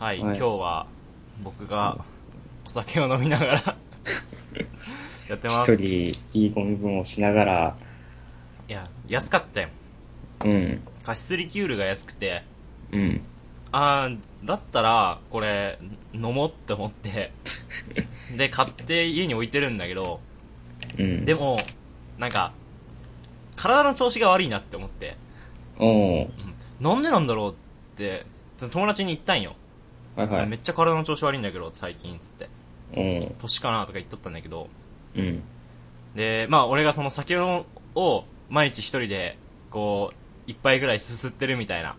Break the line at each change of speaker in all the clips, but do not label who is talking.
はい、
は
今
い
日は僕がお酒を飲みな がらやってます
一人、いいゴミ分をしながら、
いや安かったよ
うん、
貸しすりキュールが安くて
うん。
あーだったらこれ飲もうって思って で買って家に置いてるんだけど
うん。
で
も、
もなんか体の調子が悪いなって思って
おう
なんでなんだろうって友達に言ったんよ、
はいは
め
い。
っちゃ体の調子悪いんだけど最近つって
おう
年かなとか言っとったんだけど
うん。
で、まあ俺がその酒を毎日一人で、こう、一杯ぐらいすすってるみたいな、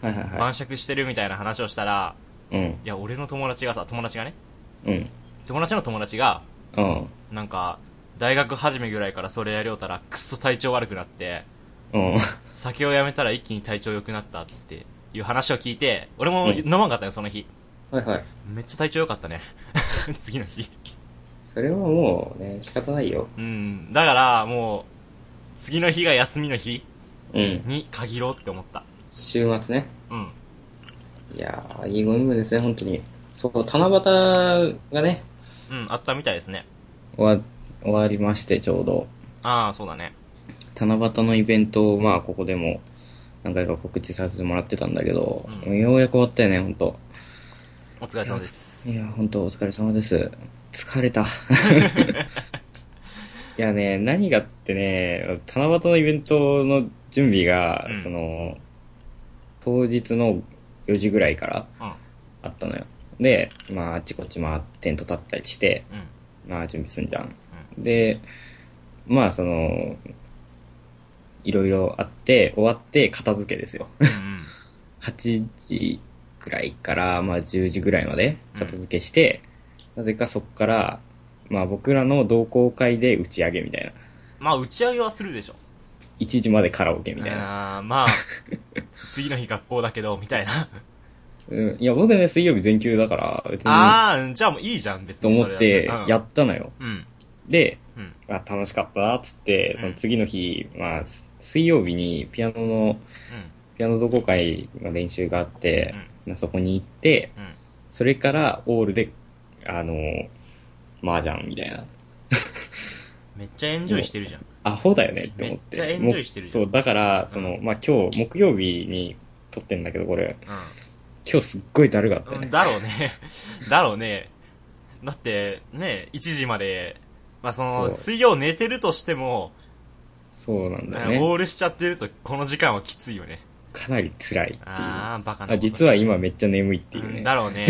はいはいは
晩酌してるみたいな話をしたら、
い。うん、
いや俺の友達がさ、友達がね、
うん、
友達の友達が、
うん、
なんか、大学始めぐらいからそれやりょうたら、くっそ体調悪くなって、
うん。
酒をやめたら一気に体調良くなったっていう話を聞いて、俺も
うん
飲まんかったよ、その日。
はいはい。
めっちゃ体調良かったね。 次の日。
それはもうね、仕方ないよ。
うん。だから、もう、次の日が休みの日
うん。
に限ろうって思った。
週末ね。
うん。
いやー、いいゴミ分ですね、本当に。そう、七夕がね、
うん、あったみたいですね。
終わ、終わりまして、ちょうど。
ああ、そうだね。
七夕のイベントを、まあ、ここでも、何回か告知させてもらってたんだけど、
うん
ようやく終わったよね、本当
お疲れ様です。
いや、本当お疲れ様です。疲れ た。いやね、何がってね、七夕のイベントの準備が、
うん
その、当日の4時ぐらいから
うん、うん、
あったのよ。で、まあ、あっちこっち、まあ、テント立ったりして、まあ、準備すんじゃん。で、まあ、その、いろいろあって、終わって片付けですよ。
うん、うん。
8時ぐらいから、まあ、10時ぐらいまで片付けして、なぜかそこから、まあ、僕らの同好会で打ち上げみたいな。
まあ、打ち上げはするでしょ。
1時までカラオケみたいな。
あーまあ、次の日学校だけど、みたいな。
うん、いや、僕ね、水曜日全休だから、別に、
ああ、じゃあもういいじゃん、別
と
に
思
それ
っ
だら。
て、や
っ
ったのよ。
うん、
で、
うん、
あ、楽しかった、つって、その次の日、まあ、す水曜日にピアノの、ピアノ同好会の練習があって、まあそこに行って、
うん、うん。
それからオールで、あのー、麻雀みたいな。
めっちゃエンジョイしてるじゃん。
アホだよねって思って。
めっちゃエンジョイしてるじゃん
もうそう、だから、その、まあ、今日、木曜日に撮ってんだけど、これ、今日すっごいだるかった
うん。
ね。
だろうね。 だろうね。だって、ね、1時まで、まあそ
そ
の、
う
水曜寝てるとしても、
そうなんだよ
オ
ね。
ールしちゃってると、この時間はきついよね。
かなり辛いっていう。あ
ああ、バカなことしてる。
実は今めっちゃ眠いっていう
う
ね。
んだろう ね。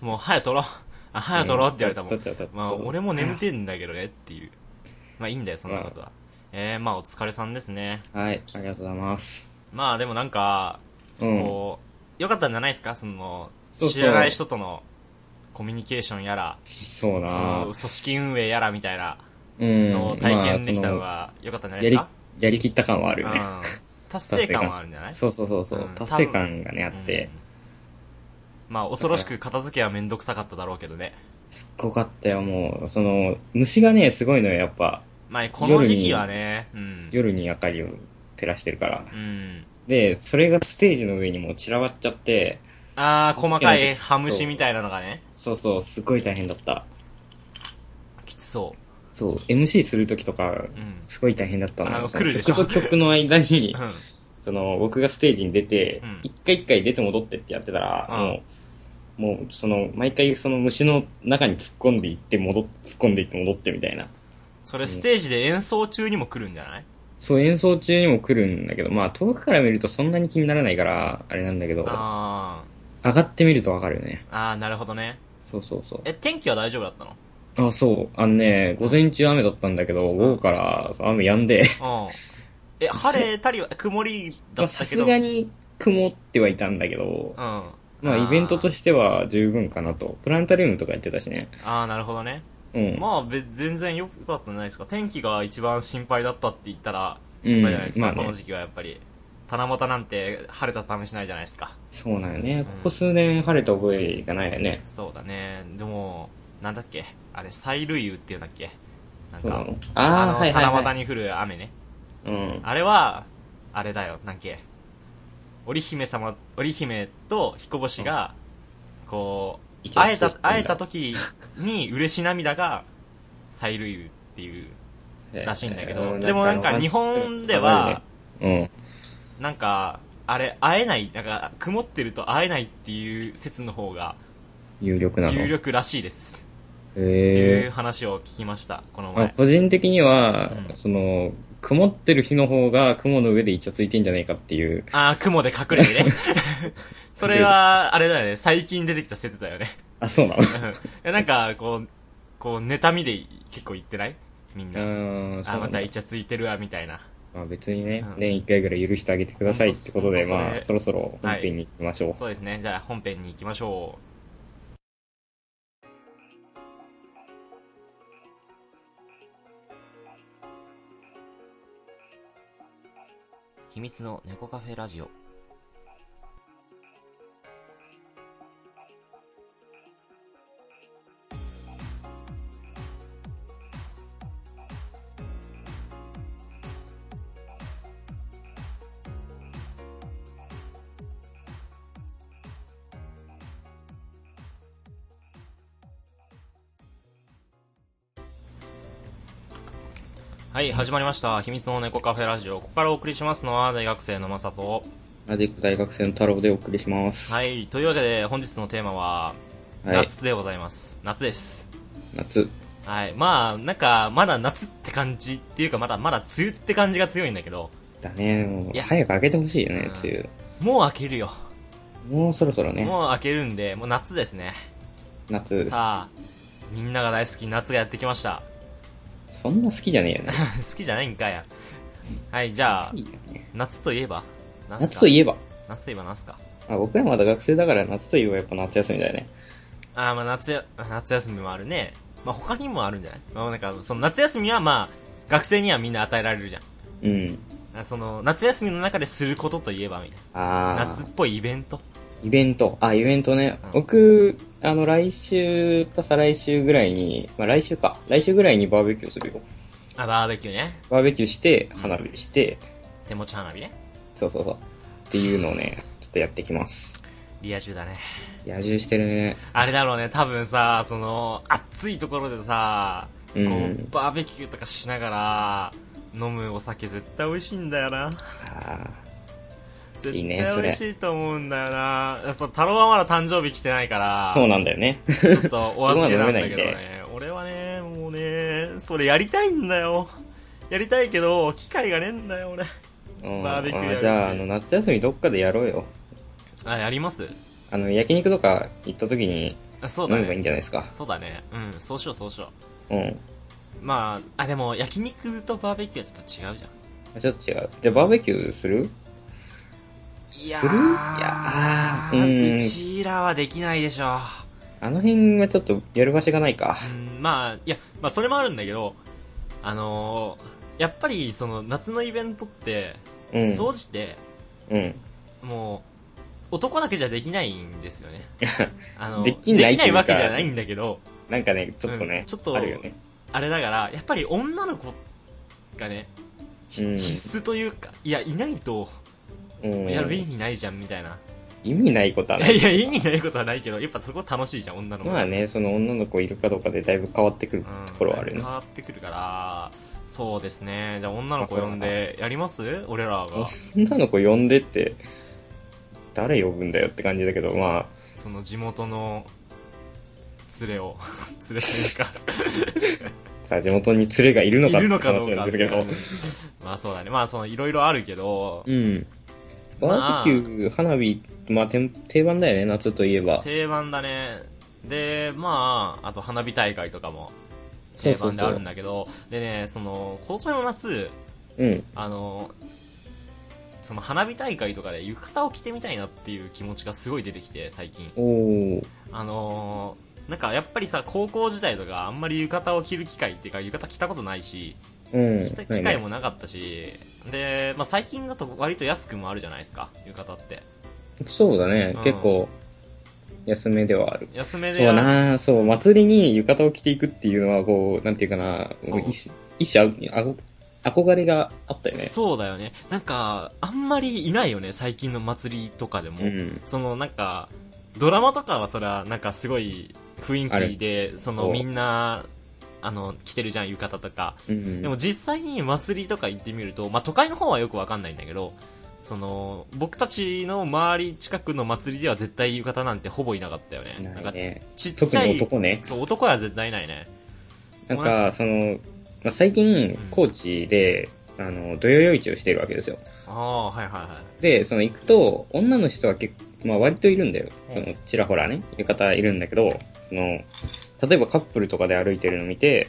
もう、早取ろう。あ、早取ろうって言われたも
取っ
ん。
ちゃった
まあ、
そう
俺も眠てんだけどねっていう。まあ、いいんだよ、そんなことは。えー、まあ、お疲れさんですね。
はい、ありがとうございます。
まあ、でもなんか、
うん。
こう、よかったんじゃないですかその、
そうそ
知
う
らない人とのコミュニケーションやら、
そう
そ
な
の、組織運営やらみたいな
うん。
のを体験できたの
まあ
が良かったんじゃない
その
です
やり
か、、
やりきった感はあるよね。
うん。達成感はあるんじゃない
そうそうそうそう、
うん
達成感がね、あっ
う
て
ん、まあ、恐ろしく片付けはめんどくさかっただろうけどね。
すごかったよ、もう。その、虫がね、すごいのよ、やっぱ。
まあ、この時期はね、うん。
夜に明かりを照らしてるから。
うん。
で、それがステージの上にもう散らばっちゃって、
あー、細か
いや
いハムシみたいなのがね、
そうそう、すごい大変だった。
きつそ
そう、MC するときとか、
う。うん。
すごい大変だったの
あの
その
来るでしょ
曲と曲の間に
う、ん。
その、僕がステージに出て
うん、
一、回一回出て戻ってってやってたら、
うん
もう、もう、その、毎回その虫の中に突っ込んでいって、戻っ、突っ込んでいって戻ってみたいな。
それステージで演奏中にも来るんじゃない
そう、演奏中にも来るんだけど、まあ、遠くから見るとそんなに気にならないから、あれなんだけど、
あ
上がってみるとわかるよね。
ー。あー、なるほどね。
そうそうそう。
え、天気は大丈夫だった
あ、そう。あのね、午前中雨だったんだけど、午後から雨止んで、
のうん。え、晴れたりは、曇りだ
まあ
った
さ
け
す
ど。
が
うん。
に曇ってはいたんだけど、
ま
まあ、イベントと
て。
しては十分かなと。プラネタリウムとかやってたしね。
あー、なるほどね。
うん。
まあ、べ全然良かったんじゃないですか。天気が一番心配だったって言ったら、心配じゃないですか。
うんまあね
この時期はやっぱり。七夕なんて晴れた試しないじゃないですか。
そうなんよね。ここ数年晴れた覚えがないよね。
そうだね。でも、なんだっけあれ、サイルユっていうんだっけなん
そうな
か、
の
あ
ああー、
の、
はいはい、はい。
七夕に降る雨ね。
うん。
あれは、あれだよ、なんっけ織姫様、織姫と彦星が、こう
一、応
会え
知
た
ってん、だ
会えた時に嬉し涙が催涙っていうらしいんだけど、でもなんか日本では、、
うん。
なんか、あれ、会えない、なんか、曇ってると会えないっていう説の方が
有力なの。
有力らしいです。っていう
へ
話を聞きました、この
ーあ
前。
個人的には、
うん
その、曇ってる日の方が雲の上でイチャついてんじゃないかっていう。
ああ、雲で隠れて ね。それは、あれだよね、最近出てきた説だよね。
あ、そうなの
うんいやなんか、こう、こう、妬みで結構言ってないみんな。
あーそ
あ、
うな
ま
んだ
たイチャついてるわ、みたいな。
まあ別にね
うん、
年一回ぐらい許してあげてくださいってことで、
ほんとそれ
まあそろそろ本編に行きましょう。
そうですね。じゃあ本編に行きましょう。秘密の猫カフェラジオ。はい、始まりました。秘密の猫カフェラジオ。ここからお送りしますのは大学生のまさと。
同じく大学生の太郎でお送りします。
はい、というわけで本日のテーマは、
はい
夏でございます。夏です。
夏。
はい、まあ、なんか、まだ夏って感じっていうか、まだ、まだ梅雨って感じが強いんだけど、
だね、も
いうや
早く開けてほしいよね
う、ん
梅雨。
もう明けるよ。
もうそろそろね、
もう明けるんで、もう夏ですね。
夏です。
さあ、みんなが大好き夏がやってきました。
そんな好きじゃねえよね。
好きじゃないんかや。はい、じゃあ
暑、いよね
夏といえば何すか
夏といえば。
夏といえば夏か。
あ僕らまだ学生だから夏といえばやっぱ夏休みだよね。
あーまあ夏や、夏休みもあるね。まあ他にもあるんじゃないまあなんか、その夏休みはまあ、学生にはみんな与えられるじゃん。
うん。
あその、夏休みの中ですることといえばみたい
あ
な。
あ。
夏っぽいイベント。
イベント。あ、イベントね
うん。
僕、あの、来週か再来週ぐらいに、まあ来週か。来週ぐらいにバーベキューするよ。
あ、バーベキューね。
バーベキューして、花火して、
手持ち花火ね。
そうそうそう。っていうのをね、ちょっとやってきます。
リア充 だね。
野獣してるね。
あれだろうね、多分さ、その、暑いところでさ、
う
こ
ん
う。バーベキューとかしながら飲むお酒絶対美味しいんだよな
あ
絶
い
対
いね
美
それ
味しいと思うんだよなそう太郎はまだ誕生日来てないか
ー
ら
そうなんだよね。
ちょっとお預けなん だけど
僕は飲めな
ね俺はねもうねそれやりたいんだよやりたいけど機会がねえんだよ俺
う ん
バーベキューやる
あじゃあ、あの、夏休みどっかでやろうよ。
あやります
あの、焼肉とか行った時に
あそう
飲
だ
めばいいん
ね
じゃないですか。
そうだねうんそうしようそうしよ
うん。
うまああでも焼肉とバーベキューはちょっと違うじゃん
ちょっと違う。じゃあ、バーベキューする
いや
するい
ー
やーうん
うちらはできないでしょう
あの辺はちょっとやる場所がないか。
うんまあ、いや、まあ、それもあるんだけど、あのーやっぱり、その、夏のイベントって、
うん。
総じて、
うん。
もう、男だけじゃできないんです よね。あの
できない
できないわけ
と
じ
いうか
ゃないんだけど、
なんかね、ちょっとね、
うんちょっと
あるよね。
あれだから、やっぱり女の子がね、ひ
うん
必須というか、いや、いないと、
うん。
やる意味ないじゃん、みたいな。
意味ないこ とはないい。
や、意味ないことはないけど、やっぱそこ楽しいじゃん、女の子
まあね、その女の子いるかどうかでだいぶ変わってくると
うん
ころはあるね
変。わってくるから、そうですね。じゃあ女の子呼んで、やります俺らが。
女の子呼んでって、誰呼ぶんだよって感じだけど、ま
その地元の連れを 連れというか
あ、さ、地元に連れがいるの
い
かっ
る
て
のかど
話
うか
なん
っ
です
て
け
いう
ど。
まあそうだねまあそのいろいろあるけど、
うん。
ま
バ
あ
ーベキュー、花火、まあ、てん定番だよね、夏といえば。
定番だねでまああと花火大会とかも
そ
定
うそうそ
番
う
であるんだけどでねその今年の夏
うん。
あのその花火大会とかで浴衣を着てみたいなっていう気持ちがすごい出てきて最近
おー。
あのーなんかやっぱりさ高校時代とかあんまり浴衣を着る機会っていうか浴衣着たことないし
うん。
きた機会もなかったし、で、まあ、最近だと割と安くもあるじゃないですか、浴衣って。
そうだね
うん、
結構、安めではある。
安めで
そう
やる
なあそう、祭りに浴衣を着ていくっていうのは、こう、なんていうかな、
そう
一種、一種あご憧れがあったよね。
そうだよね。なんか、あんまりいないよね、最近の祭りとかでも。
うん。
その、なんか、ドラマとかはそれはなんかすごい雰囲気で、その
お
みんな、あの、着てるじゃん、浴衣とか。
うん
でも実際に祭りとか行ってみると、まあ都会の方はよくわかんないんだけど、その、僕たちの周り近くの祭りでは絶対浴衣なんてほぼいなかったよね。ん
な
か
い、ね。
ちっ
特
ちゃ
に
い、
男ね。
そう、男は絶対いないね。
なんか、その、まあ、最近
ん、
高知で、あの、土曜夜市をしてるわけですよ。
ああ、はいはいはい。
で、その行くと、女の人は結構、まあ割といるんだよ。
うん
その、ちらほらね、浴衣いるんだけど、その、例えばカップルとかで歩いてるの見て、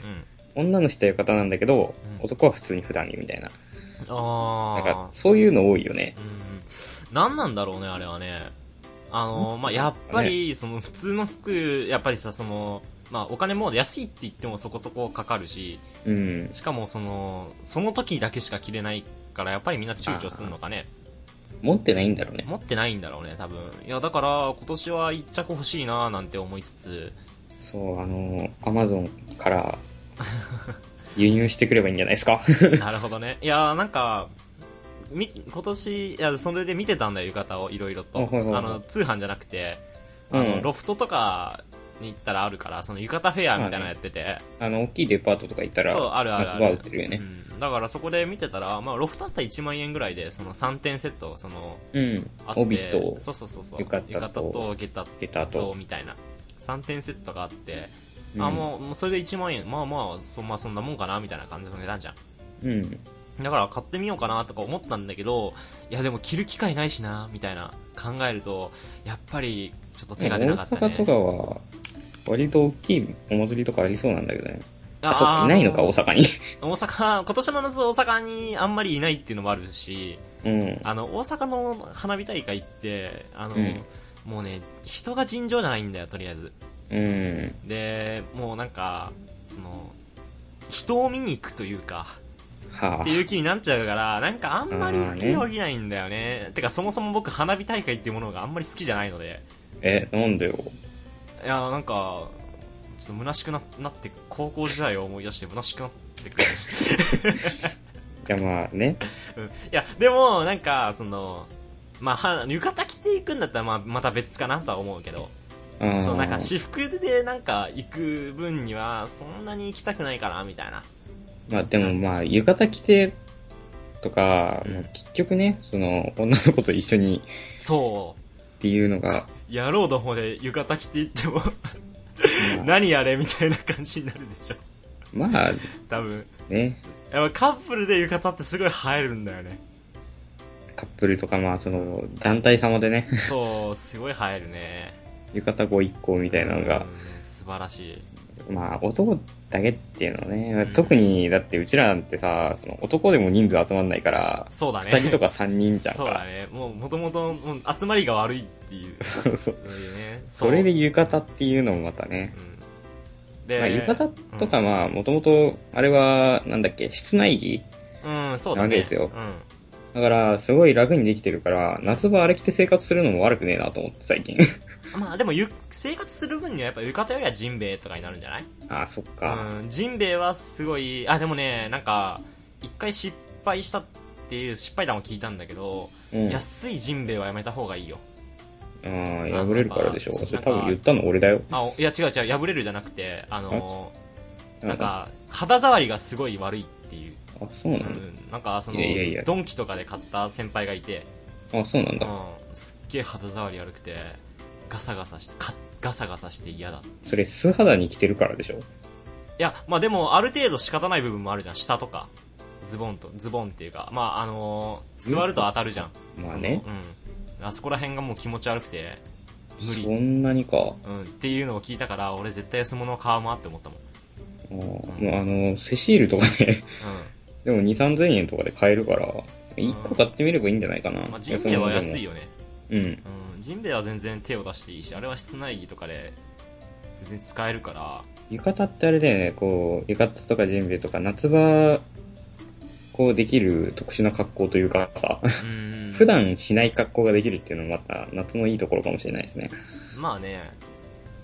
うん。
女の人は浴衣なんだけど
う、ん
男は普通に普段着みたいな。なん
あ
か
あ、。
そういうの多いよね。
うん。なんなんだろうね、あれはね。あの、まあ、やっぱり、その普通の服、やっぱりさ、その、まあ、お金も安いって言ってもそこそこかかるし、
うん。
しかもその、その時だけしか着れないから、やっぱりみんな躊躇するのかね。
持ってないんだろうね。
持ってないんだろうね、多分。いや、だから、今年は一着欲しいなーなんて思いつつ、
そう、あの、アマゾン から、輸入してくればいいんじゃないですか。
なるほどね。いやー、なんか、み、今年、いや、それで見てたんだよ、浴衣を、いろいろと。
あはいはいはい
あの、通販じゃなくて、あの、
うん
ロフトとかに行ったらあるから、その浴衣フェアみたいなのやってて、
あの、大きいデパートとか行ったら、
そう、あるあるあ
バー
る。
売ってるよね。
うんだからそこで見てたら、まあ、ロフトだったら1万円ぐらいで、その3点セット、その、
うん。
あって、
帯と、
そうそうそうそう、
浴衣と
と下駄
下駄
と、
と。
みたいな。3点セットがあって、
うん
あ、もう、もうそれで1万円、まあまあ、そ,、まあ、そんなもんかな、みたいな感じの値段じゃん。
うん。
だから買ってみようかなとか思ったんだけど、いやでも着る機会ないしな、みたいな考えると、やっぱりちょっと手が出なかった
大阪と
ね。
かは、割と大きいお祭りとかありそうなんだけどね。
あ
あ、そうか、いないのか、
大
大阪に。
阪、今年の夏大阪にあんまりいないっていうのもあるし、
うん。
あの、大阪の花火大会って、あの、
うん
もうね、人が尋常じゃないんだよ、とりあえず。
うん。
で、もうなんか、その、人を見に行くというか、
はあ
って。いう気になっちゃうから、なんかあんまり
あーね
気が起きないんだよね。てかそもそも僕花火大会っていうものがあんまり好きじゃないので、
え、なんだよ。
いやーなんか、ちょっと虚しくななって、高校時代を思い出して虚しくなって くる。
じゃあまあね。
うんいや、でも、なんか、その、まあ、は浴衣着ていくんだったら、まあ、また別かなとは思うけど、
あ
そう、なんか、私服でなんか行く分には、そんなに行きたくないかな、みたいな。
まあでもまあ、浴衣着て、とか、まあ結局ね、その、女の子と一緒に
そ
っていうのが、
う、野郎どもで浴衣着て行って も、
まあ、
何あれみ たいな感じになるでしょ。
まあ
多分。
ね、
やっぱカップルで浴衣ってすごい映えるんだよ ね。
カップルとかまあ、その、団体様でね、
そう、すごい映えるね。
浴衣ご一行みたいなのが、
うん素晴らしい。
まあ、男だけっていうのは
う
ね
ん、
特に、だってうちらなんてさ、その男でも人数集まんないから、
そうだね。
二人とか三人じゃん
そうだ
か。
ね。もう、もともと、もう集まりが悪いっていう。
そうそう。
そういうね。
それで
う、
浴衣っていうのもまたね。
ん。で、
まあ、浴衣とかまあ、もともと、あれは、なんだっけ、室内着
うん、そうだね。
なわけですよ
うん。
だから、すごい楽にできてるから、夏場あれ着て生活するのも悪くねえなと思って、最近。
まあでもゆ、生活する分にはやっぱ浴衣よりはジンベエとかになるんじゃない
ああ、そっか。
うん、ジンベエはすごい、あ、でもね、なんか、一回失敗したっていう失敗談を聞いたんだけど、
うん。
安いジンベエはやめた方がいいよ。
うん、破れるからでしょ。
なんか
それ多分言ったの俺だよ。
あ、おいや違う違う、破れるじゃなくて、あのー、なん、か、肌触りがすごい悪いっていう。
あ、そうな
うんん、なんかその
いやいやいや
ドンキとかで買った先輩がいて、
だ。あ、そうなん
う
だ。
ん、すっげえ肌触り悪くてガサガサしてかガサガサして嫌だい
それ素肌に着てるからでしょ。
やまあでもある程度仕方ない部分もあるじゃん下とかズボンとズボンっていうかまああのー座ると当たるじゃん、
まあね。
そのうん、あそこら辺がもう気持ち悪くて無
そ
理、
んなにか。
うん、っていうのを聞いたから俺絶対安物を買うまって思ったもん、
あーもうあの、セシールとかね、 でも2、3000円とかで買えるから、1個買ってみればいいんじゃないかな。
うんまあ、ジンベエは安い
よ。
よね、
うん。
うん、ジンベエは全然手を出していいしあれは室内着とかで全然使えるから
浴衣ってあれだよね、こう、浴衣とかジンベエとか、夏場、こうできる特殊な格好というかさ、
うん
普段しない格好ができるっていうのもまた夏のいいところかもしれないですね。
まあね、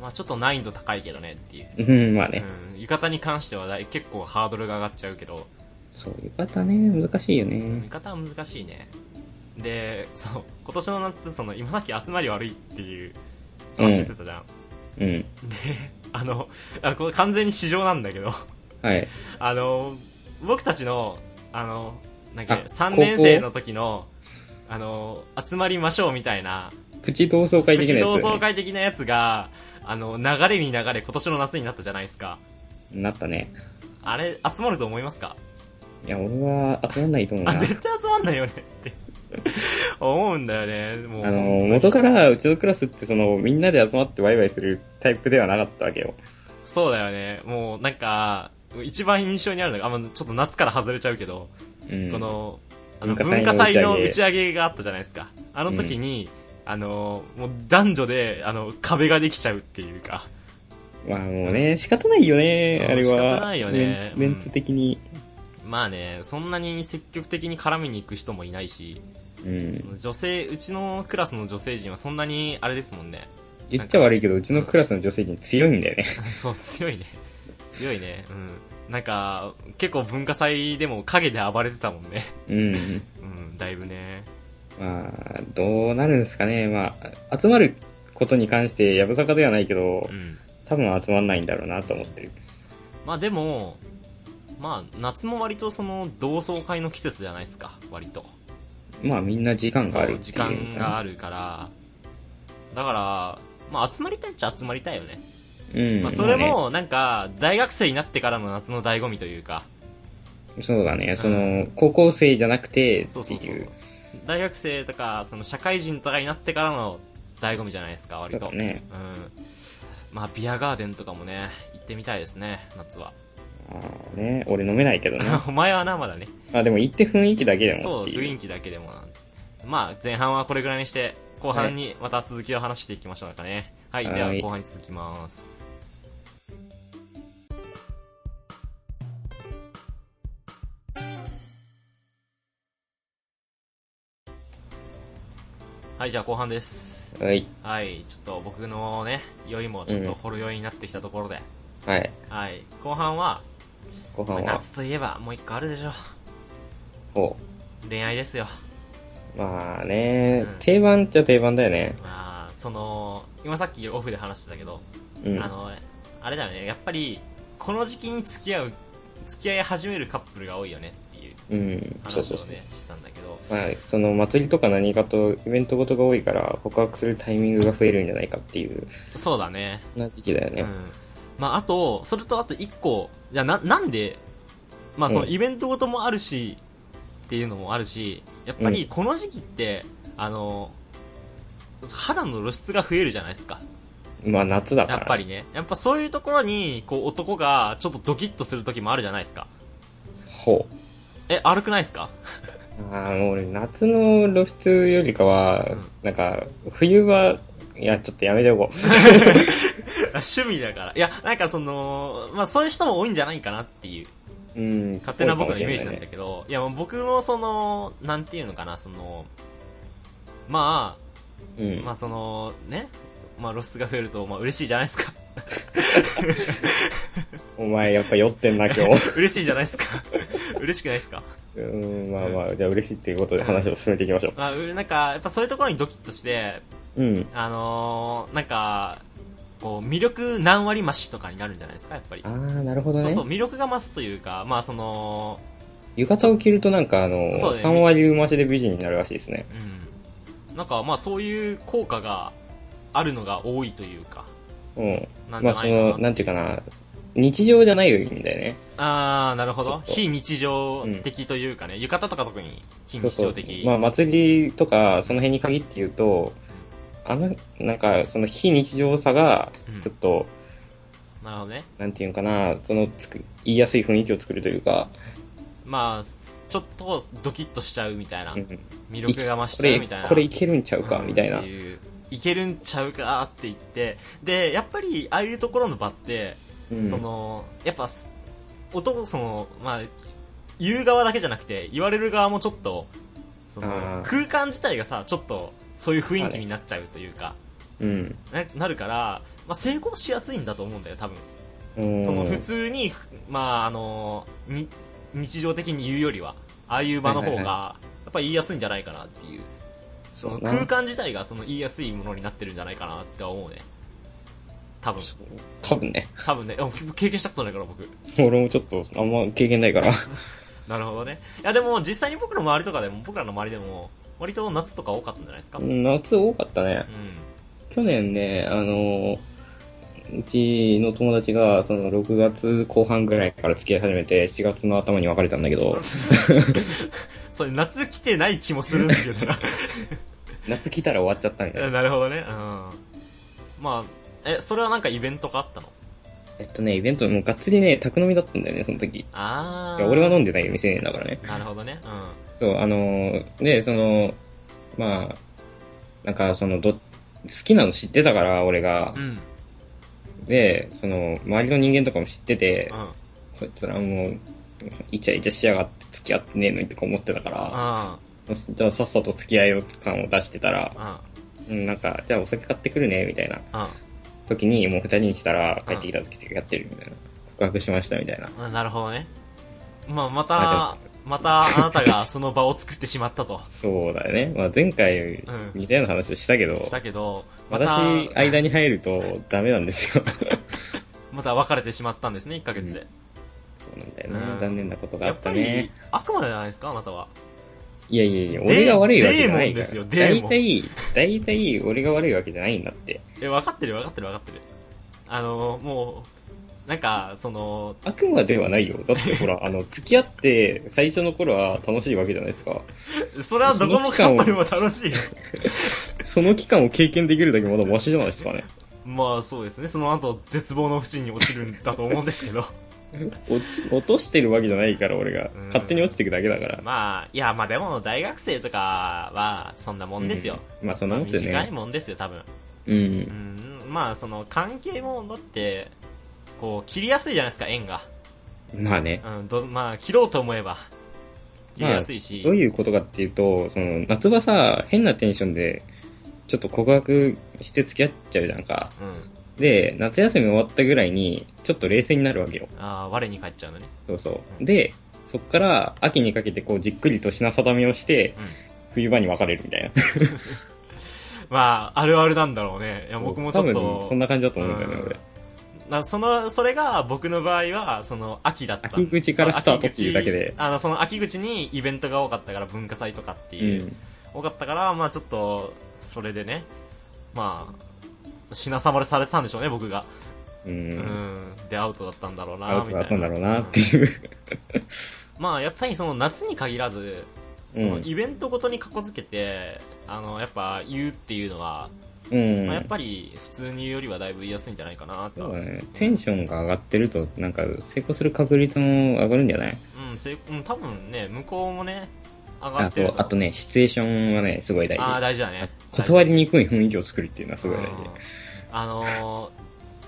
まあちょっと難易度高いけどねっていう。
うん、まあ
う
ね。
ん、浴衣に関してはだい結構ハードルが上がっちゃうけど、
そう、浴衣ね、難しいよね
浴。衣は難しいね。で、そう、今年の夏、その、今さっき集まり悪いっていう教えてたじゃん。
うん。
で、あの、あこれ完全に市場なんだけど、
はい。
あの、僕たちの、あの、なん
あ
か3
高校
年生の時の、あの、集まりましょうみたいな、
プチ同窓会
プ
的な
チ
やつ、
同窓会的なやつが、あの、流れに流れ今年の夏になったじゃないですか。
なったね。
あれ、集まると思いますか
いや、俺は集まんないと思うな。
あ、絶対集まんないよねって 思うんだよね。もう、
あの、元からうちのクラスってその、みんなで集まってワイワイするタイプではなかったわけよ。
そうだよね。もうなんか、一番印象にあるのが、あ、まあちょっと夏から外れちゃうけど、
うん。
この、あの文
文
化
化
祭
祭
の
の
打
打
ち
ち
上げがあったじゃないですか。あの時に、あの、もう男女で、あの、壁ができちゃうっていうか。
まあもうね、仕方ないよね、
うん
あれは。
仕方ないよね
メンメンツ的に。
まあね、そんなに積極的に絡みに行く人もいないし、
うん
そ。の女性、うちのクラスの女性陣はそんなに、あれですもんね。
言っちゃ悪いけど、うちのクラスの女性陣強いんだよね。
そう、強いね。強いね。うん。なんか、結構文化祭でも影で暴れてたもんね。
うん。
うん、だいぶね。
まあ、どうなるんですかね。まあ、集まることに関して、やぶさかではないけど
う、ん。
多分集まんないんだろうなと思ってる。
まあでも、まあ、夏も割とその、同窓会の季節じゃないですか、割と。
まあみんな時間があ
そ
る
う、
って
時
いうか
間があるから。だから、まあ集まりたいっちゃ集まりたいよね。
うん。
まあそれ
まあね
も、なんか、大学生になってからの夏の醍醐味というか、
そうだね。そうの、高校生じゃなくて、って
そうそうそ
いうう。。
大学生とか、その社会人とかになってからの醍醐味じゃないですか、
そ
割
う
と。
だね。
うん。まあ、ビアガーデンとかもね、行ってみたいですね、夏は。
ああね、俺飲めないけど ね。
お前はな、まだね。
まあでも行って雰囲気だけでも
そ
っ
う、
てい
雰
う。
囲気だけでもなんまあ、前半はこれぐらいにして、後半にまた続きを話していきましょうかね。はい、では
はい
後半に続きます。はい、じゃあ後半です。
はい。
はい、ちょっと僕のね、酔いもちょっとほろ酔いになってきたところで、
はい。
はい、後半は、
ご飯は。
夏といえばもう一個あるでしょ。
ほ
恋愛ですよ。
う。まあね、
うん
定番っちゃ定番だよね。
まあ、その、今さっきオフで話してたけど、
うん。
あの、あれだよね、やっぱり、この時期に付き合う、付き合い始めるカップルが多いよねっていう
うん。そう
話
そう
を
そう。
ね、したんだけど、
まあ、その祭りとか何かとイベントごとが多いから告白するタイミングが増えるんじゃないかっていう、
そうだね。
そんな時期だよ
う
ね。
ん。まあ、あと、それとあと一個、いや、な、なんで、まあ、その
うん
イベントごともあるし、っていうのもあるし、やっぱりこの時期って、あの、肌の露出が増えるじゃないですか。
まあ夏だから。
やっぱりね。やっぱそういうところに、こう男がちょっとドキッとする時もあるじゃないですか。
ほう。
え、悪くないですか
ああ、もう俺夏の露出よりかは、
うん
なんか、冬は、いや、ちょっとやめておこう。
趣味だから。いや、なんかその、まあそういう人も多いんじゃないかなっていう、
うん。
勝手な僕のイメージなんだ
ど。
けど、いや、まあ僕もその、なんていうのかな、その、ま
うん
あ、。まあその、ね、まあ露出が増えると、まあ嬉しいじゃないですか。
お前やっぱ酔ってんな、今日。
嬉しいじゃないです か。嬉しくないですか。
うん、まあまあ、じゃあ嬉しいっていうことで話を進めていきましょ
まあ、うなんか、やっぱそういうところにドキッとして、
う。うん。
あのー、なんか、こう、魅力何割増しとかになるんじゃないですか、やっぱり
あ。ー、なるほどね。
そうそう、魅力が増すというか、まあその、
浴衣を着るとなんかあの、
そうだね
3割増しで美人になるらしいですね。
うん。なんかまあそういう効果があるのが多いというか、
うん。
なんじゃ
まあ
な
そ
いかな。
の、なんていうかな、日常じゃないんだよね。
あー、なるほど。
ちょっと
非日常的というかね、浴衣とか特に非
そう
日
そ
常
う
的。。
まあ祭りとか、その辺に限って言うと、あの、なんか、その非日常さが
うん、
ちょっと、
なるほどね。
なんていうかな、そのつく、言いやすい雰囲気を作るというか、
まあ、ちょっとドキッとしちゃうみたいな。
うん
魅力が増し
こ
ちゃう
れ
みたいな。、
これいけるんちゃうか、みたいな
って。いういけるんちゃうかって言って、で、やっぱりああいうところの場って、
うん
その、やっぱす、男、その、まあ、言う側だけじゃなくて、言われる側もちょっと、その
あー、
空間自体がさ、ちょっと、そういう雰囲気になっちゃうというか、
うん。
ななるから、まあ、成功しやすいんだと思うんだよ、多分。
うん
その、普通に、まあ、あの、に、日常的に言うよりは、ああいう場の方
はいはい
が、やっぱ言いやすいんじゃないかなっていう。その
そうな
空間自体がその言いやすいものになってるんじゃないかなって思うね。多分。
多分ね。
多分ね。でも経験したことないから僕。
俺もちょっと、あんま経験ないから。
なるほどね。いやでも実際に僕の周りとかでも、僕らの周りでも、割と夏とか多かったんじゃないですか。うん。
夏多かったね。去年ね、あの、うちの友達が、その、6月後半ぐらいから付き合い始めて、7月の頭に別れたんだけど、
それ夏来てない気もするんですけどな。
夏来たら終わっちゃったみたいな。
なるほどね。うん。まあ、え、それはなんかイベントがあったの
えっとね、イベントもうがっつりね、宅飲みだったんだよね、その時。い
あ
や
あ。
俺は
の。
飲んでないよ、店ねだからね。
なるほどね。うん。
そう、あのーで、その、まあ、なんか、その、ど、好きなの知ってたから、俺が
う。ん。
で、その、周りの人間とかも知ってて、
うん。
こいつらもう、イチャイチャしやがって付き合ってねえのにとか思ってたから、
う
じゃあさっさと付き合いよう感を出してたら、
ん。うん。
うん、なんか、じゃあお酒買ってくるね、みたいな
うん。
時に、もう二人にしたら、帰ってきた時付き合ってるみたいな。告白しました、みたいな。
あなるほどね。まあ、ま
は
た、またあなたがその場を作ってしまったと。
そうだよね。まあ、前回
うん、
似たような話をしたけど、
したけど、また、
私、間に入るとダメなんですよ。
また別れてしまったんですね、1ヶ月で。
そうなんだよ
うん
な。残念なことがあ
や
っ
っぱ
た
り
ね。、
悪魔じゃないですか、あなたは。
いやいやいや、
デー
俺が悪いわけじゃな
デー
い
モンで
か
すよ
ら。
デー
大
モン
体、大体俺が悪いわけじゃないんだって。
え、分かってる分かってる分かってる。あの、もう、なんか、その、
悪魔ではないよ。だっ てほら、あの、付き合って最初の頃は楽しいわけじゃないですか。
それはどこもかんぱでも楽 しいよ。
その期間を経験できるだけまだマシじゃないですかね。
まあそうですね、その後、絶望の淵に落ちるんだと思うんですけど。
落ち落としてるわけじゃないから、俺が
うん。
勝手に落ちていくだけだから。
まあ、いや、まあでも、大学生とかは、そんなもんですよ。
うん。まあ、そんなもんですよ
短い
ね。
もんですよ、多分。
う。
うんん、まあその関係もだってこう切りやすいじゃないですか縁が、
まあね。
うんどまあ、切ろうと思えば切りやすいし、
どういうことかっていうと、その、夏場さ、変なテンションで、ちょっと告白して付き合っちゃうじゃんか。
うん、
で、夏休み終わったぐらいに、ちょっと冷静になるわけよ。
あー我に返っちゃうのね、
そうそうう。
ん
で、そっから、秋にかけて、こう、じっくりと品定めをして、
うん、
冬場に別れるみたいな。
まああるあるなんだろうねいや僕もちょっ
多
と
分そんな感じだと思うんだよね、
うん
俺。
なそのそれが僕の場合はその秋だった
秋口からスタートっていうだ
そ
け
の
で
秋口あのその秋口にイベントが多かったから文化祭とかっていう、
うん。
多かったからまあちょっとそれでねまあ品さまれされてたんでしょうね僕が
う。
うんん、でアウトだったんだろうな
アウトだったんだろうなって
みたい
いう。
うんまあやっぱりその夏に限らずその
うん
イベントごとにかこつけて、あのやっぱ言うっていうのは、
うん
まあ、やっ。ぱり普通に言うよりはだいぶ言いやすいんじゃないかなと
そう
う
だね。テンションが上がってると、なんか、成功する確率も上がるんじゃない
んせいうん多分ね向こうもね上が
あ、
って
そ
る
う。あとね、シチュエーションはね、すごい大
あー
事。
大事だね
断りにくい雰囲気を作るっていうのはすごい大
うん
事。
あのー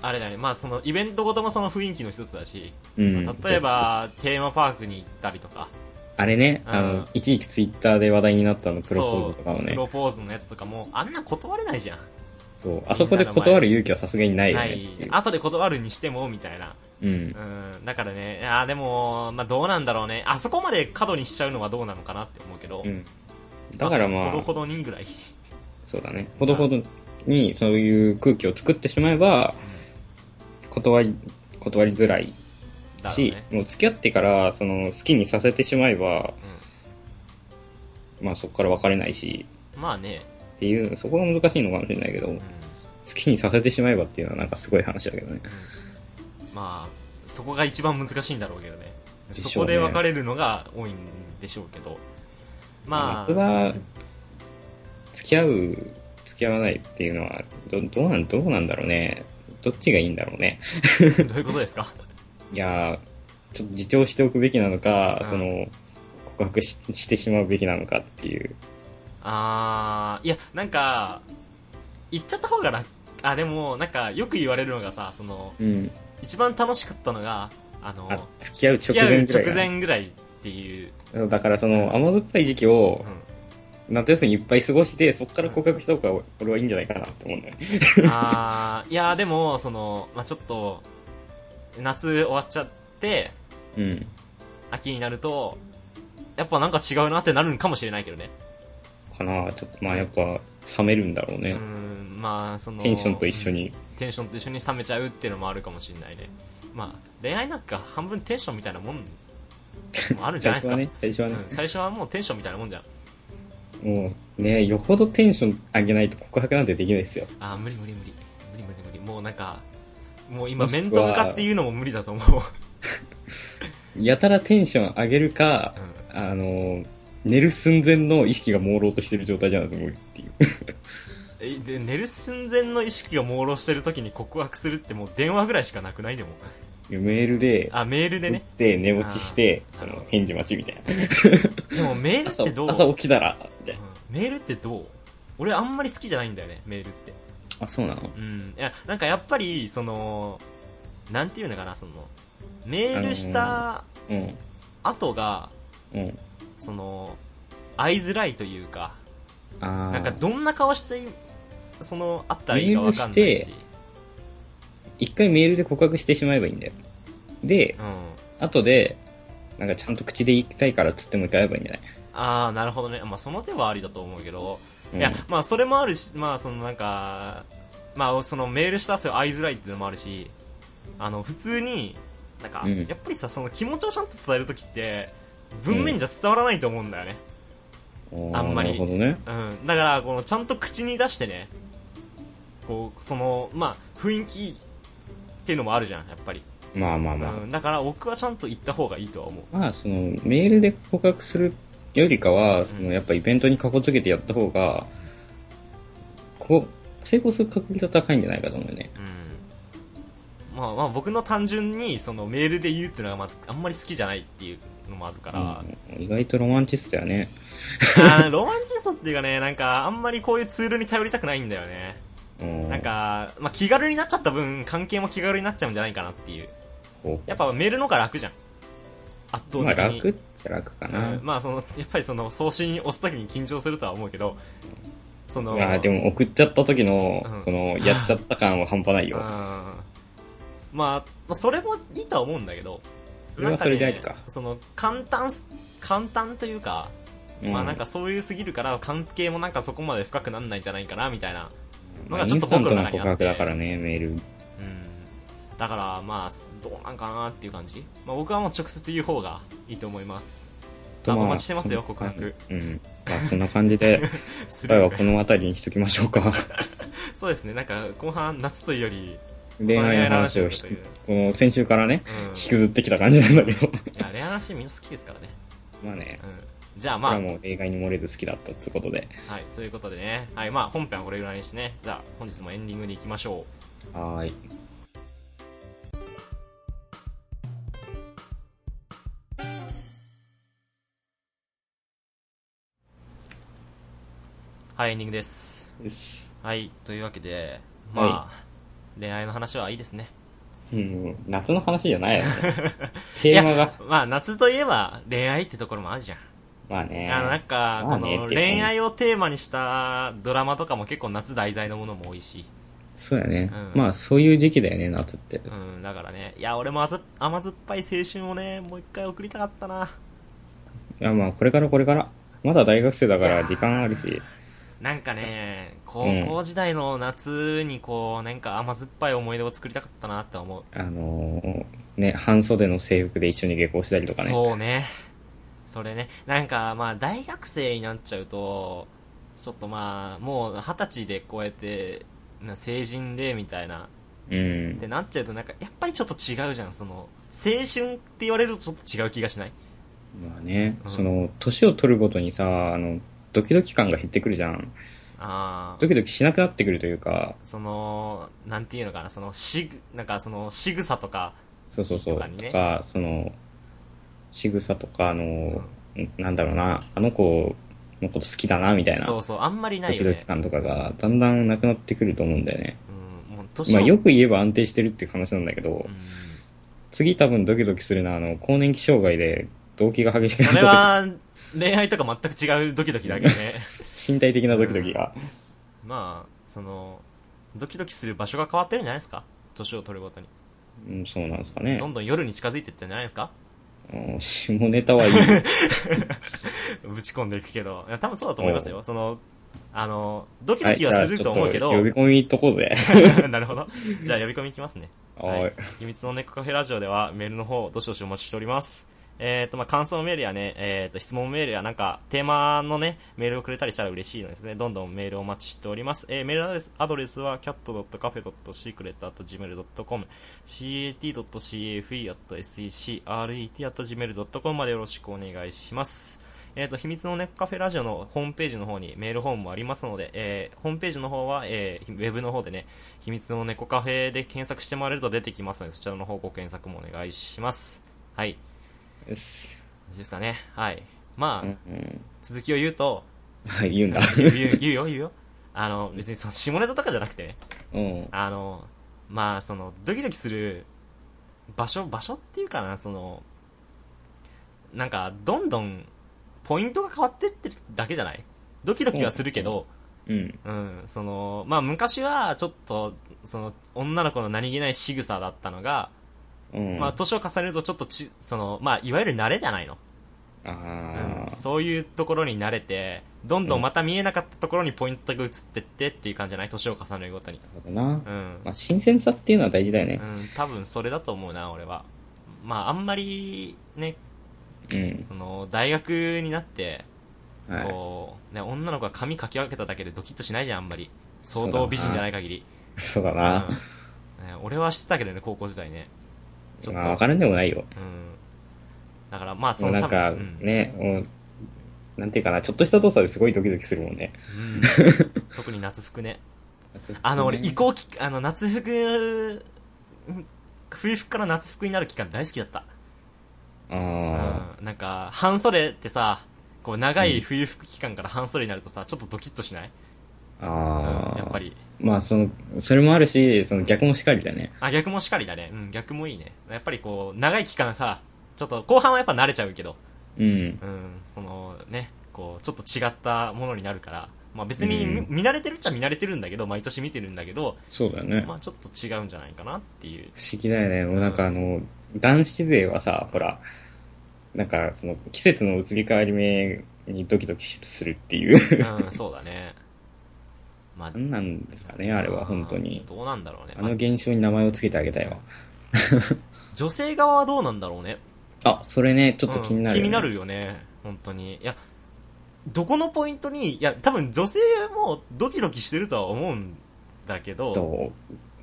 あれだねまあそのイベントごともその雰囲気の一つだし、
うん。
例え。ばテーマパークに行ったりとか
あれね、
うん
あの、一時期ツイッターで話題になったあの、プロポーズとかも
そうプ
ね。
ロポーズのやつとかもあんな断れないじゃん
そう。あそこで断る勇気はさすがにないよ
は
ねっ
い
ていう。
後で断るにしてもみたいな
うん。
うんだからねあーでも、まあ、どうなんだろうねあそこまで過度にしちゃうのはどうなのかなって思うけど、
うん。だからまあ
ほど、ほどにぐらい、
そうだね。ほどほどにそういう空気を作ってしまえば、断り、断りづらい
だろう
し、
ね、
もう付き合ってから、その、好きにさせてしまえば、まあそこから別れないし、
うん、まあね、
っていう、そこが難しいのかもしれないけど、
うん
好きにさせてしまえばっていうのはなんかすごい話だけどね。
まあそこが一番難しいんだろうけどね
でしょうね
そこで別れるのが多いんでしょうけどま
僕
あ
は、付き合う、付き合わないっていうのは、ど、どうなん、どうなんだろうね。どっちがいいんだろうね。
どういうことですか
いやーちょっと自重しておくべきなのか、
うん
その、告白ししてしまうべきなのかっていう。
ああいやなんか言っちゃった方が楽あでもなんかよく言われるのがさその
うん。
一番楽しかったのがあの
あ、付き合う直
付き合う
前くらい
直
だね
前ぐらいっていう、
そうだからその、甘酸っぱい時期を
うん、
夏休みいっぱい過ごして、そこから告白した方が俺はいいんじゃないかなって思うんだよね。
あーいやーでもその、まあ、ちょっと夏終わっちゃって
うん。
秋になるとやっぱなんか違うなってなるんかもしれないけどね
かなちょっとまあやっぱ冷めるんだろう
う
ね、
んまあその
テンションと一緒に、
テンションと一緒に冷めちゃうっていうのもあるかもしれないねまあ恋愛なんか半分テンションみたいなもんもあるんじゃ
最
ないで
初
す か
はね最初はね
うん、最初はもうテンションみたいなもんじゃん
もうねよほどテンション上げないと告白なんてできないですよ
あー無理無理無理無理無理無理もうなんかもう今
もしくは
面と向かって言うのも無理だと思 う、
やたらテンション上げるか
う、ん
あの寝る寸前の意識が朦朧としてる状態じゃないと無理っていう
えで寝る寸前の意識が朦朧してる時に告白するってもう電話ぐらいしかなくないでも
メールで、
あメールで
打っ
ね
て寝落ちして、
あー
そ
なる
の
ほど
返事待ちみたいな。
でもメールっ
朝
てどう
朝起きたら、みたいな。
うんメールってどう俺あんまり好きじゃないんだよねメールって
あ、そうなの
うんいやなんかやっぱりそのなんていうのかなそのメールした
うん。
後が
うん。
その会いづらいというか
あー
なんかどんな顔していその会ったらいいかわかんな
メー
い
ル
し
して一回メールで告白してしまえばいいんだよ。で、
うん
後で、なんかちゃんと口で言いたいからっつってもう一回会えばいいんじゃない
ああなるほどね、まあ、その手はありだと思うけど、
うん
いやまあそれもあるしまあそのなんかまあそのメールした後会いづらいっていうのもあるしあの普通になんか、
うん
やっぱりさその気持ちをちゃんと伝える時って文面じゃ伝わらないと思うんだよね、
おー
あんまり
なるほどね。
うん、だからこのちゃんと口に出してねこうそのまあ雰囲気っていうのもあるじゃんやっぱり、
まあまあまあ。
うん、だから僕はちゃんと言った方がいいとは思う
まあ、その、メールで告白するよりかは、そ
うん
の、やっぱイベントにかこつけてやった方が、こう、成功する確率は高いんじゃないかと思うよね。
うんまあまあ、僕の単純にそのメールで言うっていうのがまずあんまり好きじゃないっていうのもあるから、
うん意外とロマンチストやね。
あ ーロマンチストっていうかねなんかあんまりこういうツールに頼りたくないんだよね、
な
なん、か、まあ、気軽になっちゃった分関係も気軽になっちゃうんじゃないかなっていう
こう
やっぱメールの方が楽じゃん圧倒
まあ
的に、
楽っちゃ楽かな。
うんまあそのやっぱりその送信押すときに緊張するとは思うけどその
まあでも送っちゃった時の、
うん
その、やっちゃった感は半端ない
うん
よ。
まあ、まあ、それもいいとは思うんだけど、
それはそれでありか
なんねその、簡単す、簡単というか、まあなんかそういうすぎるから、関係もなんかそこまで深くなんないんじゃないかな、みたいな。
うん、
の
ま
が
あイン
ちょっと
スタン
僕
ト
の
な
中に
告
あっ
白
て
だからね、メール。
うん。だから、まあ、すどうなんかなっていう感じ。まあ僕はもう直接言う方がいいと思います。あ、お待ちしてますよ、
そん
告白。
うん。まあそんな感 じで、
す
今回
る
はこの辺りにしときましょう か。
そうですね、なんか、後半、夏というより、
恋愛の話を引き
恋愛の話をした
この先週からね、
うん。
引きずってきた感じなんだけど。
いや、恋愛の話みんな好きですからね。
まあね、
うん。じゃあま
ま
あ
あ、、もう映画に漏れず好きだったってことで。
はい、そういうことでね。はい、まあ本編はこれぐらいにしてね。じゃあ本日もエンディングに行きましょう。
はーい。
はい、エンディングです。
よし。
はい、というわけで、まあ、恋愛の話はいいですね。
うん、夏の話じゃ ないよ、ね。テーマが。
まあ夏といえば恋愛ってところもあるじゃん。
まあね。
あのなんか、
ま
こ
あね
の
っていうかね
恋愛をテーマにしたドラマとかも結構夏題材のものも多いし。
そうだね。
うん
まあ、そういう時期だよね、夏って。
うん、だからね。いや、俺もあず甘酸っぱい青春をね、もう一回送りたかったな。
いや、まあ、これからこれから。まだ大学生だから時間あるし。
なんかね、高校時代の夏にこう、なんか甘酸っぱい思い出を作りたかったなって思う。
あのーね、半袖の制服で一緒に下校したりとかね。
そうね。それね。なんか、まあ、大学生になっちゃうと、ちょっとまあ、もう二十歳でこうやって、な成人で、みたいな。
うん
っ。てなっちゃうと、なんか、やっぱりちょっと違うじゃん。その、青春って言われるとちょっと違う気がしない
まあね、
うん
その、年を取るごとにさ、あの、ドキドキ感が減ってくるじゃん。
ああ
ド。キドキしなくなってくるというか、
その、なんていうのかな、その、しぐ、なんかその、仕草とか、
そうそうそ
と
う。と
か
か、
にね
その、仕草とか、あの、
う
なんだろうな、あの子のこと好きだな、みたいな。
そうそう、あんまりな
ド
い
キ
よ
ド
ね
キ。感とかが、だんだんなくなってくると思うんだよね。
うん、もう、
まあ、
年
よ
を、
く言えば安定してるっていう話なんだけど、
うん、
次多分ドキドキするのは、あの、更年期障害で、動機が激しくな
そ
っ
れ
た
は、恋愛とか全く違うドキドキだけどね。
時、身体的なドキドキが。
まあ、その、ドキドキする場所が変わってるんじゃないですか年を取るごとに。
うん、そうなんですかね
ど。んどん夜に近づいてってんじゃないですか
うん下ネタはい い。うん
ぶち込んでいくけど、いや多分そうだと思いますよ。その、あの、ドキドキはすると思うけど、
呼び込みいっとこうぜ。
なるほど。じゃあ呼び込みいきますね。
はい
はい。 秘密の猫カフェラジオではメールの方、どしどしお待ちしております。えっ、と、まあ、感想メールやね、えっ、と、質問メールやなんか、テーマのね、メールをくれたりしたら嬉しいのですね。どんどんメールをお待ちしております。えーメールアドレスアドレスは cat.cafe.secret.gmail.com、cat.cafe.secret.gmail.com までよろしくお願いします。えっ、と、秘密の猫カフェラジオのホームページの方にメールフォームもありますので、えーホームページの方は、えーウェブの方でね、秘密の猫カフェで検索してもらえると出てきますので、そちらの方ご検索もお願いします。はい。
よし
ですかね。はい。まあ、
うん
続きを言うと、
はい、言うんだ。
言う、言う、言うよ、言うよ。あの、別にその、下ネタとかじゃなくてね、
うん。
あの、まあ、その、ドキドキする場所、場所っていうかな、その、なんか、どんどん、ポイントが変わってってるだけじゃないドキドキはするけど、
うん。
うん、その、まあ、昔は、ちょっと、その、女の子の何気ない仕草だったのが、
うん。
まあ、年を重ねるとちょっとち、その、まあ、いわゆる慣れじゃないの。
あ
うん
ー
そういうところに慣れて、どんどんまた見えなかったところにポイントが移ってってっていう感じじゃない年を重ねるごとに。
なるほどな
う。ん。
まあ、新鮮さっていうのは大事だよ
う
ね。
ん、多分それだと思うな、俺は。まあ、あんまり、ね、
うん。
その、大学になって、
はい。
こう、ね、女の子が髪かき分けただけでドキッとしないじゃん、あんまり。相
そうだ
当
な
美人じゃない限り。
そうだ
う
な。
んね俺は知ってたけどね、高校時代ね。ちょっ
まあ、
と。
わからんでもないよ。
うん。だから、まあ、そ
もう
の
なんか
多分、うん
ね、もう、なんていうかな、ちょっとした動作ですごいドキドキするもんね。
うん、特に夏服ね。あの、俺、移行期、あの、夏服、うん冬服から夏服になる期間大好きだった。
あ
うん。なんか、半袖ってさ、こう、長い冬服期間から半袖になるとさ、ちょっとドキッとしない
あ。
うん、
ああ。
やっぱ。り。
まあ、その、それもあるし、その逆もしかりだね。
あ、逆もしかりだね。うん、逆もいいね。やっぱりこう、長い期間さ、ちょっと、後半はやっぱ慣れちゃうけど、
うん。
うん、そのね、こう、ちょっと違ったものになるから、まあ別に
うん
見見慣れてるっちゃ見慣れてるんだけど、毎年見てるんだけど、
そうだね。
まあちょっと違うんじゃないかなっていう。
不思議だよね。もうなんかあの、男子勢はさ、ほら、なんかその季節の移り変わり目にドキドキするっていう。
うん、そうだね。まあ、
なんなんですかね、あれは本当に。
どうなんだろうね。
あ
ま
の
あ
現象に名前をつけてあげたいわ。
女性側はどうなんだろうね。
あ、それね、ちょっと気になる、
うん気にな。るよね。本当に。いや、どこのポイントに、いや、多分女性もドキドキしてるとは思うんだけど、
ど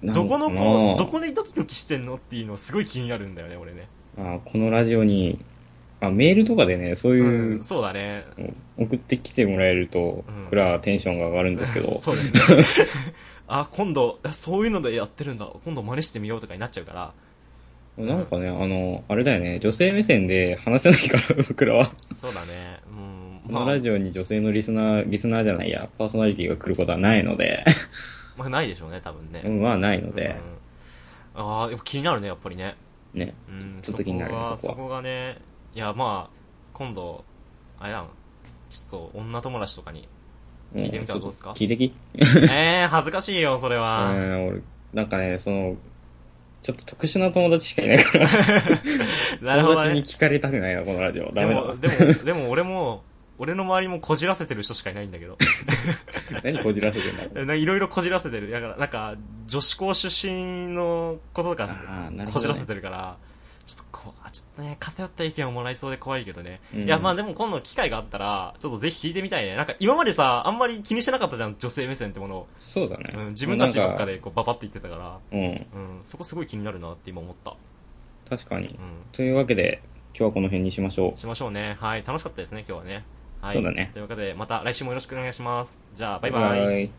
う
どこの
なん
ポ
か
どこでドキドキしてんのっていうのすごい気になるんだよね、俺ね。
なあこのラジオに、あ、メールとかでね、そういう、
うん、そうだね。
送ってきてもらえると、
うん
これはテンションが上がるんですけ ど、
そう ですね。あ、今度、あそういうのでやってるんだ。今度真似してみようとかになっちゃうから。
なんかね、あの、あれだよね、女性目線で話せないから、 僕らは。
そうだね。うん。
このラジオに女性のリスナー、リスナーじゃないや、パーソナリティが来ることはないので、
まあ、ない でしょうね、多分ね。
うんまあないので、
うん、ああ、やっぱ気になるね、やっぱりね。
ね。
うん、
ちょっと気になるね
そこは
そこは
そこがね、いや、まあ、今度、あれやん、ちょっと女友達とか に、聞いてみたらどうですか
聞いてき
ええー、恥ずかしいよ、それ
う
は。
ん、俺、なんかね、その、ちょっと特殊な友達しかいないから、
なるほ
友
ど
達
ね
に。聞かれたくないな、このラジオ。
で
ダメだ
も、
な。
でも、でも俺も、俺の周りもこじらせてる人しかいないんだけ ど。
何こじらせて んだろう。
ないろいろこじらせてる。だから、なんか、女子校出身のことと
あ
か
ーなるほどね
こじらせてるから、ちょっとこう、あ、ちょっとね、偏った意見をもらいそうで怖いけどね。
うん
いや、まあでも今度機会があったら、ちょっとぜひ聞いてみたいね。なんか今までさ、あんまり気にしてなかったじゃん、女性目線ってものを。
そうだね
うん、。自分たちばっか
なん。
でこう、ババって言ってたから、
うん、
うん、そこすごい気になるなって今思った。
確かに
う。ん。
というわけで、今日はこの辺にしましょう。
しましょうね。はい、楽しかったですね、今日はね。はい。
そうだね
というわけで、また来週もよろしくお願いします。じゃあ、バイバイ。
イ。